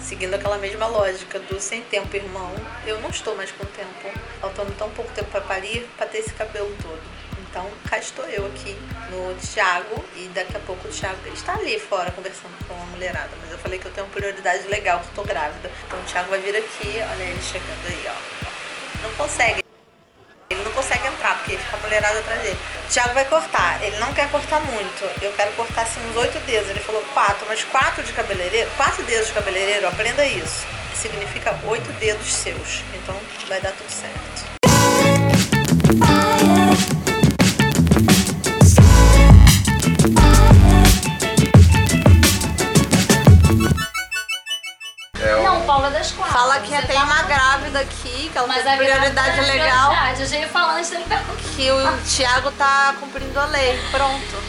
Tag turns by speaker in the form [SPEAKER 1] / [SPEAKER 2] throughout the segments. [SPEAKER 1] seguindo aquela mesma lógica do sem tempo, irmão, eu não estou mais com tempo, faltando tão pouco tempo para parir, para ter esse cabelo todo. Então, cá estou eu aqui no Thiago e daqui a pouco o Thiago ele está ali fora conversando com uma mulherada, mas eu falei que eu tenho uma prioridade legal, que eu tô grávida. Então o Thiago vai vir aqui, olha ele chegando aí, ó. Não consegue. Ele não consegue entrar, porque fica a mulherada atrás dele. O Thiago vai cortar. Ele não quer cortar muito. Eu quero cortar assim uns oito dedos. Ele falou quatro, mas quatro de cabeleireiro, quatro dedos de cabeleireiro, aprenda isso. Significa oito dedos seus. Então vai dar tudo certo.
[SPEAKER 2] É o-
[SPEAKER 3] Não, Paula das quatro.
[SPEAKER 1] Fala que
[SPEAKER 3] Você
[SPEAKER 1] tem
[SPEAKER 3] tá
[SPEAKER 1] uma
[SPEAKER 3] falando.
[SPEAKER 1] grávida aqui, que ela
[SPEAKER 3] Mas
[SPEAKER 1] tem
[SPEAKER 3] a
[SPEAKER 1] prioridade
[SPEAKER 3] grávida é
[SPEAKER 1] legal.
[SPEAKER 3] prioridade. Eu já ia falar antes dele perguntar.
[SPEAKER 1] Que o Thiago tá cumprindo a lei. Pronto.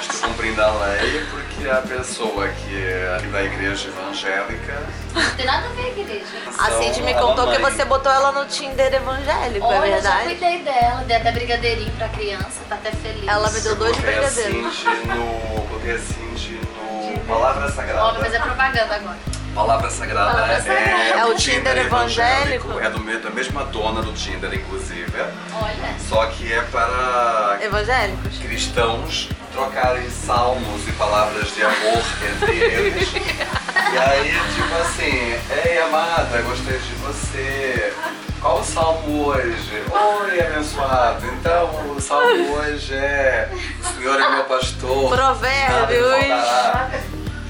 [SPEAKER 2] Estou cumprindo a lei porque a pessoa que é aqui da igreja evangélica.
[SPEAKER 3] Não tem nada a ver, igreja.
[SPEAKER 1] A
[SPEAKER 2] Então,
[SPEAKER 1] Cindy me contou que você botou ela no Tinder evangélico, é
[SPEAKER 3] Olha, eu já
[SPEAKER 1] verdade?
[SPEAKER 3] cuidei dela, dei até brigadeirinho pra criança, tá até feliz.
[SPEAKER 1] Ela me deu dois
[SPEAKER 2] Botei a
[SPEAKER 1] brigadeiros.
[SPEAKER 2] Cindy no. Botei a Cindy no. Palavra
[SPEAKER 3] Ó, vou fazer
[SPEAKER 2] Sagrada.
[SPEAKER 3] é propaganda agora.
[SPEAKER 2] Palavra Sagrada
[SPEAKER 3] Palavra
[SPEAKER 2] é.
[SPEAKER 3] Sagrada.
[SPEAKER 1] É o Tinder evangélico.
[SPEAKER 2] É do, me- da mesma dona do Tinder, inclusive.
[SPEAKER 3] Olha.
[SPEAKER 2] Só que é para
[SPEAKER 1] Evangélicos?
[SPEAKER 2] cristãos trocarem salmos e palavras de amor entre eles. E aí, tipo assim, ei amada, gostei de você. Qual o salmo hoje? Oi, abençoado. Então, o salmo hoje é O Senhor é meu pastor. nada me
[SPEAKER 1] Provérbios.
[SPEAKER 2] faltará."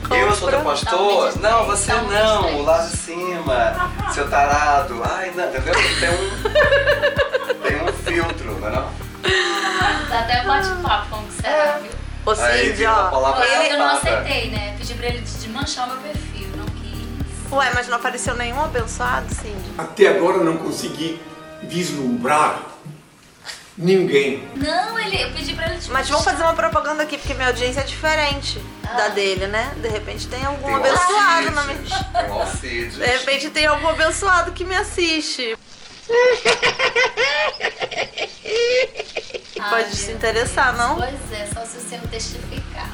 [SPEAKER 2] Eu sou teu
[SPEAKER 3] Salmo
[SPEAKER 2] pastor?
[SPEAKER 3] 23,
[SPEAKER 2] Não, você
[SPEAKER 3] Salmo
[SPEAKER 2] não.
[SPEAKER 3] 23.
[SPEAKER 2] Lá de cima, seu tarado. Ai, não, entendeu? Tem um, tem um filtro, não é não?
[SPEAKER 3] Dá tá até um bate-papo como que
[SPEAKER 1] É.
[SPEAKER 3] será, viu?
[SPEAKER 1] Ô
[SPEAKER 2] Aí
[SPEAKER 1] Cindy,
[SPEAKER 2] vira uma
[SPEAKER 1] ó.
[SPEAKER 2] palavra
[SPEAKER 3] Eu, eu não
[SPEAKER 2] errada.
[SPEAKER 3] aceitei, né? Pedi pra ele desmanchar o meu perfil, não quis.
[SPEAKER 1] Ué, mas não apareceu nenhum abençoado, Cindy?
[SPEAKER 4] Até agora não consegui vislumbrar ninguém.
[SPEAKER 3] Não, ele, eu pedi pra ele desmanchar.
[SPEAKER 1] Mas vamos fazer uma propaganda aqui, porque minha audiência é diferente da
[SPEAKER 3] Ah.
[SPEAKER 1] dele, né? De repente tem algum
[SPEAKER 2] Tem o
[SPEAKER 1] abençoado na minha.
[SPEAKER 2] Alcides, Tem o Alcides.
[SPEAKER 1] De repente tem algum abençoado que me assiste.
[SPEAKER 3] Ah,
[SPEAKER 1] Pode
[SPEAKER 3] meu
[SPEAKER 1] se interessar,
[SPEAKER 3] Deus.
[SPEAKER 1] não?
[SPEAKER 3] Pois é, só se o senhor testificar.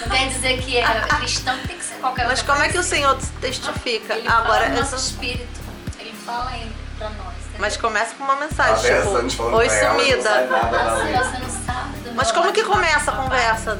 [SPEAKER 3] Não quer dizer que é cristão, tem que ser qualquer
[SPEAKER 1] Mas
[SPEAKER 3] outra
[SPEAKER 1] como é que o Senhor testifica? Ah,
[SPEAKER 3] Ele
[SPEAKER 1] Agora,
[SPEAKER 3] fala no
[SPEAKER 1] eu
[SPEAKER 3] nosso
[SPEAKER 1] sou-
[SPEAKER 3] espírito. Ele fala ainda pra nós. entendeu?
[SPEAKER 1] mas começa com uma
[SPEAKER 2] Há
[SPEAKER 1] mensagem,
[SPEAKER 2] 10 anos
[SPEAKER 1] tipo,
[SPEAKER 2] falando
[SPEAKER 1] oi
[SPEAKER 2] pra ela, é não sai né?
[SPEAKER 1] sumida.
[SPEAKER 2] nada
[SPEAKER 3] Nossa,
[SPEAKER 2] dali.
[SPEAKER 3] você não sabe. do
[SPEAKER 1] Mas
[SPEAKER 3] Tá meu
[SPEAKER 1] como que
[SPEAKER 3] bate-papo,
[SPEAKER 1] começa a
[SPEAKER 3] papai.
[SPEAKER 1] conversa?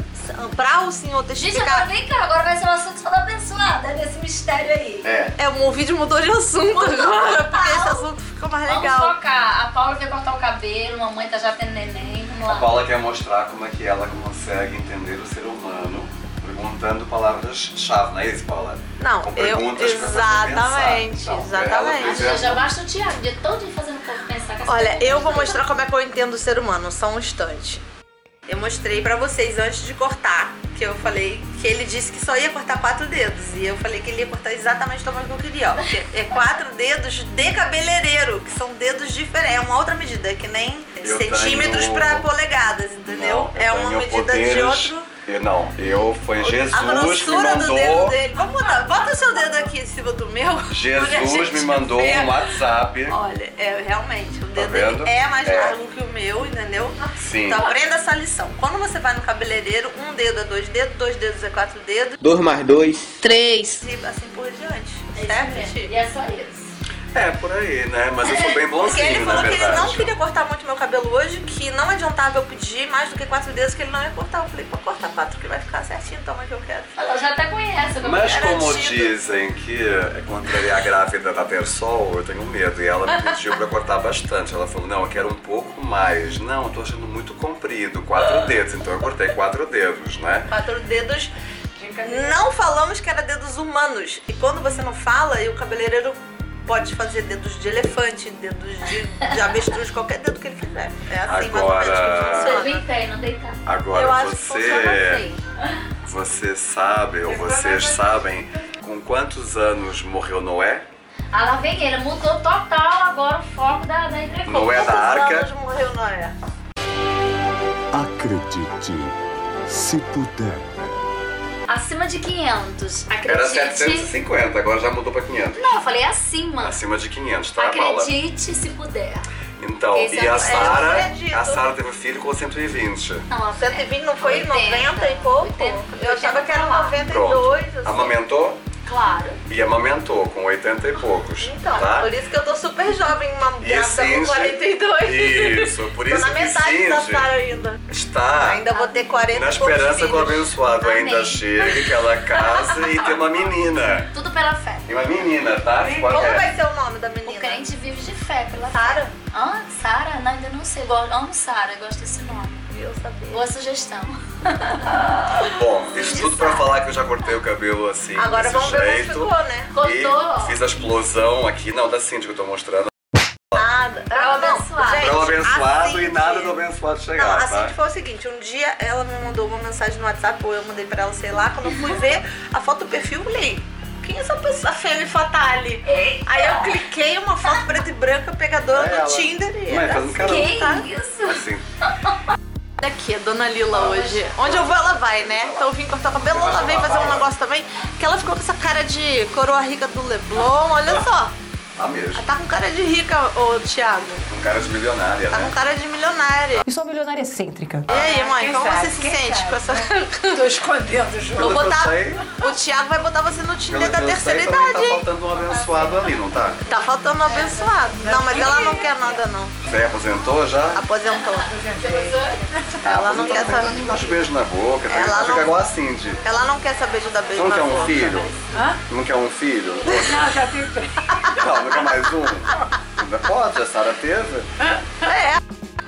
[SPEAKER 1] Pra o Senhor
[SPEAKER 3] Gente,
[SPEAKER 1] testificar?
[SPEAKER 3] agora vem cá, agora vai ser o assunto só da abençoada, desse mistério aí.
[SPEAKER 2] É.
[SPEAKER 1] É, o vídeo mudou de assunto agora, porque esse assunto ficou mais
[SPEAKER 3] Vamos
[SPEAKER 1] legal.
[SPEAKER 3] focar. A Paula veio cortar o cabelo, a mãe tá já tendo neném, vamos
[SPEAKER 2] A
[SPEAKER 3] lá.
[SPEAKER 2] Paula quer mostrar como é que ela consegue entender o ser humano perguntando palavras-chave, não é isso, Paula?
[SPEAKER 1] Não,
[SPEAKER 2] Com
[SPEAKER 1] eu-
[SPEAKER 2] perguntas pra fazer
[SPEAKER 1] exatamente,
[SPEAKER 2] pensar. Então,
[SPEAKER 1] exatamente.
[SPEAKER 2] ela, por
[SPEAKER 3] Acho que eu
[SPEAKER 2] exemplo,
[SPEAKER 3] já basta o Thiago, o dia todo dia fazendo o povo pensar que essa
[SPEAKER 1] Olha,
[SPEAKER 3] pessoa
[SPEAKER 1] eu vou
[SPEAKER 3] tá-
[SPEAKER 1] mostrar como é que eu entendo o ser humano, só um instante. Eu mostrei pra vocês antes de cortar, que eu falei que ele disse que só ia cortar quatro dedos. E eu falei que ele ia cortar exatamente o tamanho que eu queria, ó. Porque é quatro dedos de cabeleireiro, que são dedos diferentes. É uma outra medida, é que nem
[SPEAKER 2] Eu
[SPEAKER 1] centímetros
[SPEAKER 2] tenho-
[SPEAKER 1] pra polegadas, entendeu?
[SPEAKER 2] não, eu
[SPEAKER 1] é uma
[SPEAKER 2] tenho
[SPEAKER 1] medida de
[SPEAKER 2] poderes-
[SPEAKER 1] outro.
[SPEAKER 2] Eu não, eu foi
[SPEAKER 1] A
[SPEAKER 2] Jesus que
[SPEAKER 1] grossura do dedo
[SPEAKER 2] mandou.
[SPEAKER 1] dele. Vamos botar, bota o seu dedo aqui em cima do meu. porque a
[SPEAKER 2] Jesus
[SPEAKER 1] gente
[SPEAKER 2] me mandou
[SPEAKER 1] vê.
[SPEAKER 2] um WhatsApp.
[SPEAKER 1] Olha, é realmente, o dedo
[SPEAKER 2] Tá vendo?
[SPEAKER 1] dele é mais
[SPEAKER 2] É.
[SPEAKER 1] largo que o meu, entendeu?
[SPEAKER 2] Sim.
[SPEAKER 1] Então aprenda essa lição. Quando você vai no cabeleireiro, um dedo é dois dedos, dois dedos é quatro dedos,
[SPEAKER 5] 2 mais 2.
[SPEAKER 6] Três.
[SPEAKER 1] e assim por diante.
[SPEAKER 3] É
[SPEAKER 1] Certo,
[SPEAKER 3] isso mesmo.
[SPEAKER 1] Ti?
[SPEAKER 3] E é só isso.
[SPEAKER 2] É, por aí, né? Mas eu sou bem
[SPEAKER 1] Porque
[SPEAKER 2] bonzinho,
[SPEAKER 1] ele
[SPEAKER 2] na
[SPEAKER 1] falou que ele
[SPEAKER 2] verdade.
[SPEAKER 1] não queria cortar muito meu cabelo hoje, que não adiantava eu pedir mais do que quatro dedos, que ele não ia cortar. Eu falei, pô, corta quatro que vai ficar certinho, toma que eu quero.
[SPEAKER 3] Ela já até conhece. como
[SPEAKER 2] Mas
[SPEAKER 3] é.
[SPEAKER 2] como
[SPEAKER 1] Garantido.
[SPEAKER 2] dizem que é contrariar a grávida da Persol, eu tenho medo. E ela me pediu pra cortar bastante. Ela falou, não, eu quero um pouco mais. Não, eu tô achando muito comprido, quatro dedos. Então eu cortei quatro dedos, né?
[SPEAKER 1] Quatro dedos. Não falamos que era dedos humanos. E quando você não fala, e o cabeleireiro pode fazer dedos de elefante, dedos de, de avestruz, qualquer dedo que ele quiser. É assim, mais ou
[SPEAKER 2] Agora-
[SPEAKER 1] menos,
[SPEAKER 3] Você
[SPEAKER 1] que
[SPEAKER 3] vem em
[SPEAKER 1] funciona.
[SPEAKER 3] pé e não deitar.
[SPEAKER 1] Eu
[SPEAKER 2] Agora tá
[SPEAKER 1] acho que funciona
[SPEAKER 2] você.
[SPEAKER 1] assim. é
[SPEAKER 2] Você sabe, ou vocês sabem, com quantos anos morreu Noé?
[SPEAKER 3] Ah, lá vem ele, mudou total agora o foco da, da entrevista.
[SPEAKER 2] Não é da
[SPEAKER 1] Quantos
[SPEAKER 2] arca.
[SPEAKER 1] anos morreu é? Noé?
[SPEAKER 7] Acredite, se puder.
[SPEAKER 3] Acima de 500.
[SPEAKER 2] Era
[SPEAKER 3] Acredite.
[SPEAKER 2] 750, agora já mudou pra 500.
[SPEAKER 3] Não, eu falei acima.
[SPEAKER 2] Acima de 500, tá, Paula?
[SPEAKER 3] Acredite se puder.
[SPEAKER 2] Então,
[SPEAKER 3] Esse
[SPEAKER 2] e
[SPEAKER 3] é o- é,
[SPEAKER 2] a
[SPEAKER 3] eu
[SPEAKER 2] Sara,
[SPEAKER 1] acredito.
[SPEAKER 2] a Sara teve um filho com 120.
[SPEAKER 3] Não, a
[SPEAKER 1] 120 não foi?
[SPEAKER 3] 80,
[SPEAKER 1] 90 e pouco?
[SPEAKER 3] 80,
[SPEAKER 1] eu achava que era 92.
[SPEAKER 2] Pronto.
[SPEAKER 1] Assim.
[SPEAKER 2] Amamentou?
[SPEAKER 1] Claro.
[SPEAKER 2] E amamentou com 80 e poucos.
[SPEAKER 1] Então,
[SPEAKER 2] tá?
[SPEAKER 1] por isso que eu tô super jovem, uma
[SPEAKER 2] E
[SPEAKER 1] grávida com
[SPEAKER 2] Cindy-
[SPEAKER 1] 42.
[SPEAKER 2] Isso, por isso
[SPEAKER 1] tô na
[SPEAKER 2] que
[SPEAKER 1] metade da
[SPEAKER 2] Cindy
[SPEAKER 1] Sara ainda.
[SPEAKER 2] está
[SPEAKER 1] Ainda vou um ter 40
[SPEAKER 2] na
[SPEAKER 1] e poucos
[SPEAKER 2] esperança que o
[SPEAKER 1] filhos.
[SPEAKER 2] abençoado
[SPEAKER 3] Amém.
[SPEAKER 2] ainda chegue, que ela case e tem uma menina.
[SPEAKER 3] Tudo pela fé.
[SPEAKER 2] E uma menina, tá? De
[SPEAKER 1] Como
[SPEAKER 2] qualquer.
[SPEAKER 1] vai ser o nome da menina?
[SPEAKER 3] O crente vive de fé pela fé.
[SPEAKER 1] Sara?
[SPEAKER 3] Hã? Sara? Não, ainda não sei. Go- Amo Sara, gosto desse nome.
[SPEAKER 1] Eu sabia.
[SPEAKER 3] Boa sugestão.
[SPEAKER 2] Bom, isso tudo pra falar que eu já cortei o cabelo assim.
[SPEAKER 1] Agora
[SPEAKER 2] desse
[SPEAKER 1] vamos ver como
[SPEAKER 2] jeito.
[SPEAKER 1] ficou, né?
[SPEAKER 3] Cortou.
[SPEAKER 2] E fiz a explosão aqui, não, da Cindy que eu tô mostrando.
[SPEAKER 1] Nada.
[SPEAKER 3] Pra o
[SPEAKER 1] Não,
[SPEAKER 3] abençoado.
[SPEAKER 1] gente,
[SPEAKER 2] Pra o abençoado
[SPEAKER 1] a
[SPEAKER 2] e nada
[SPEAKER 1] Cindy-
[SPEAKER 2] do abençoado
[SPEAKER 1] Não, assim
[SPEAKER 2] chegar,
[SPEAKER 1] a
[SPEAKER 2] tá?
[SPEAKER 1] Cindy foi o seguinte, um dia ela me mandou uma mensagem no WhatsApp, ou eu mandei pra ela, sei lá, quando eu fui ver a foto do perfil, eu falei, quem é essa pessoa, a Femme Fatale? Aí eu cliquei uma foto preta e branca, pegadora
[SPEAKER 2] É
[SPEAKER 1] do
[SPEAKER 2] ela.
[SPEAKER 1] Tinder e
[SPEAKER 2] Mãe,
[SPEAKER 1] era
[SPEAKER 2] faz um
[SPEAKER 1] assim,
[SPEAKER 2] carão.
[SPEAKER 1] tá?
[SPEAKER 3] isso?
[SPEAKER 2] Assim,
[SPEAKER 1] Daqui, a dona Lila hoje. Onde eu vou, ela vai, né? Então eu vim cortar o cabelo, ela veio fazer um negócio também. Que ela ficou com essa cara de coroa rica do Leblon, olha só.
[SPEAKER 2] tá mesmo.
[SPEAKER 1] Ela tá com cara de rica, ô Thiago.
[SPEAKER 2] Um cara de milionária,
[SPEAKER 1] Tá com
[SPEAKER 2] né?
[SPEAKER 1] cara de milionária.
[SPEAKER 6] Eu sou uma milionária excêntrica.
[SPEAKER 1] E aí, mãe, como você se sente com essa. Tô escondendo, Vou
[SPEAKER 2] Pelo que eu
[SPEAKER 1] botar.
[SPEAKER 2] sei-
[SPEAKER 1] O Thiago vai botar você no
[SPEAKER 2] Pelo
[SPEAKER 1] Tinder
[SPEAKER 2] que
[SPEAKER 1] da
[SPEAKER 2] eu
[SPEAKER 1] terceira
[SPEAKER 2] sei, também tá
[SPEAKER 1] idade.
[SPEAKER 2] faltando um abençoado ali, não tá?
[SPEAKER 1] Tá faltando um abençoado. Não, mas ela não quer nada, não.
[SPEAKER 2] Você aposentou já?
[SPEAKER 1] Aposentou. Ela não quer
[SPEAKER 2] Tá
[SPEAKER 1] saber.
[SPEAKER 2] dando uns beijos na boca, tá?
[SPEAKER 1] Ela
[SPEAKER 2] Ela
[SPEAKER 1] não-
[SPEAKER 2] fica igual a Cindy.
[SPEAKER 1] Ela não quer saber de dar
[SPEAKER 2] Você
[SPEAKER 1] beijo
[SPEAKER 2] não
[SPEAKER 1] na
[SPEAKER 2] quer um
[SPEAKER 1] boca.
[SPEAKER 2] filho? Não quer um filho? Não, já tem um três. Não, não quer mais um? Ainda pode, a Sara teve?
[SPEAKER 1] É.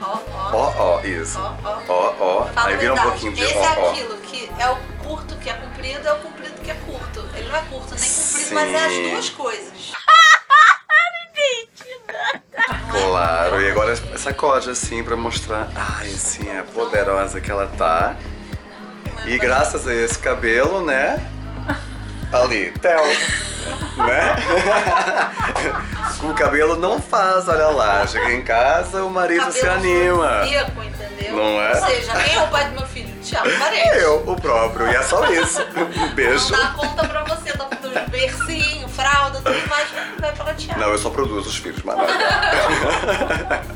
[SPEAKER 2] Ó, ó, isso. Ó, ó. Aí vira um pouquinho de
[SPEAKER 8] Esse
[SPEAKER 2] ó,
[SPEAKER 8] é
[SPEAKER 2] ó.
[SPEAKER 8] aquilo que é o curto que é comprido, é o comprido que é curto. Ele não é curto nem comprido,
[SPEAKER 2] Sim.
[SPEAKER 8] mas é as duas coisas.
[SPEAKER 2] Claro, e agora sacode assim pra mostrar. Ai, sim, é poderosa que ela tá. E graças a esse cabelo, né? Ali, Theo. Né? Com o cabelo não faz, olha lá. Chega em casa, o marido se
[SPEAKER 8] Cabelo
[SPEAKER 2] anima.
[SPEAKER 8] seco, entendeu?
[SPEAKER 2] Não é?
[SPEAKER 8] Ou seja, nem é o pai do meu filho, Thiago, parece.
[SPEAKER 2] Eu, o próprio, e é só isso. Um
[SPEAKER 8] Não
[SPEAKER 2] beijo.
[SPEAKER 8] dá conta pra você, tá um dá conta dos bercinho, fralda, tudo mais, vai pra Thiago.
[SPEAKER 2] Não, eu só produzo os filhos, mas não.